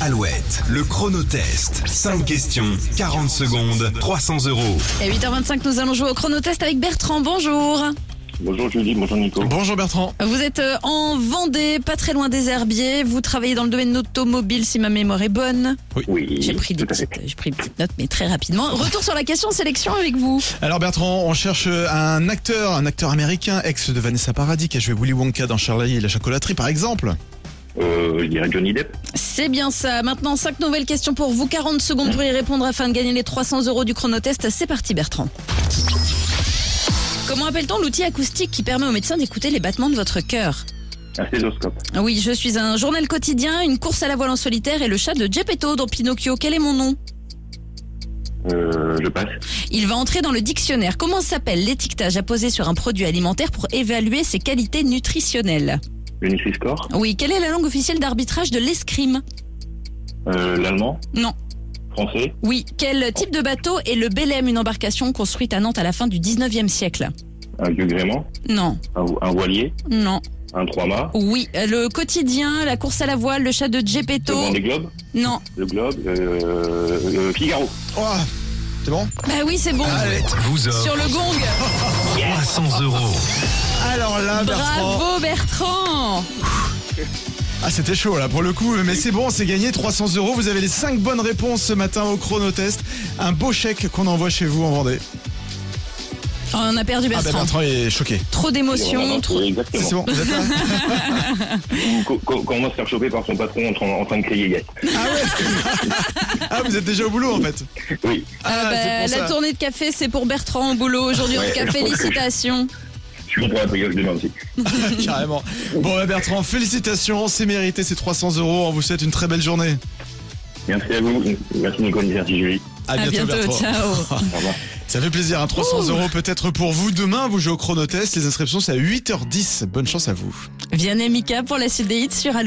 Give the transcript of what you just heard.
Alouette, le chronotest. 5 questions, 40 secondes, 300 euros. Et 8h25, nous allons jouer au chronotest avec Bertrand. Bonjour. Bonjour Julie, bonjour Nico. Bonjour Bertrand. Vous êtes euh, en Vendée, pas très loin des Herbiers. Vous travaillez dans le domaine automobile, si ma mémoire est bonne. Oui, J'ai pris, des tout à fait. petites, euh, j'ai pris des petites notes, mais très rapidement. Retour sur la question sélection avec vous. Alors Bertrand, on cherche euh, un acteur, un acteur américain, ex de Vanessa Paradis, qui a joué Willy Wonka dans Charlie et la chocolaterie par exemple. Euh, il y a Johnny Depp. C'est bien ça. Maintenant, 5 nouvelles questions pour vous. 40 secondes pour y répondre afin de gagner les 300 euros du chronotest. C'est parti Bertrand. Comment appelle-t-on l'outil acoustique qui permet aux médecins d'écouter les battements de votre cœur Un stéthoscope. Oui, je suis un journal quotidien, une course à la voile en solitaire et le chat de Geppetto dans Pinocchio. Quel est mon nom Euh, je passe. Il va entrer dans le dictionnaire. Comment s'appelle l'étiquetage apposé sur un produit alimentaire pour évaluer ses qualités nutritionnelles Le Nutri-Score. Oui, quelle est la langue officielle d'arbitrage de l'escrime Euh, L'allemand. Non. Français. Oui, quel type de bateau est le Bélème, une embarcation construite à Nantes à la fin du 19e siècle Un vieux gréement. Non, Un, un voilier. non. Un trois-mâts. Oui, euh, le quotidien, la course à la voile, le chat de Le Geppetto. Vendée Globe. Non. Le Globe. Euh, le Figaro. Oh, c'est bon Bah oui, c'est bon. Alouette vous offre Sur le gong. 300 euros. Alors là Bertrand. Bravo Bertrand. Oh, Ah c'était chaud là pour le coup, mais c'est bon, c'est gagné 300 euros. Vous avez les 5 bonnes réponses ce matin au chronotest. Un beau chèque qu'on envoie chez vous en Vendée. On a perdu Ah ben Bertrand. Bertrand est choqué. Trop d'émotions, trop. Oui, C'est exactement. c'est bon, vous êtes là Qu'on- qu'on- qu'on commence à se faire choper par son patron en, train- en train de crier yes. Ah ouais Ah vous êtes déjà au boulot en fait. Oui. Ah bah, c'est pour la ça. tournée de café, c'est pour Bertrand au boulot aujourd'hui. En Ouais. tout cas, félicitations. Je suis bon pour la brioche demain aussi. Carrément. Bon bah Bertrand, félicitations, c'est mérité ces 300 euros. On vous souhaite une très belle journée. Merci à vous. Merci Nico, merci Julie. À À bientôt, bientôt, Bertrand. ciao. Au revoir. Ça fait plaisir, hein, 300 euros peut-être pour vous. Demain, vous jouez au chronotest. Les inscriptions, c'est à 8h10. Bonne chance à vous. Vianney Mika pour la suite des hits sur Allo.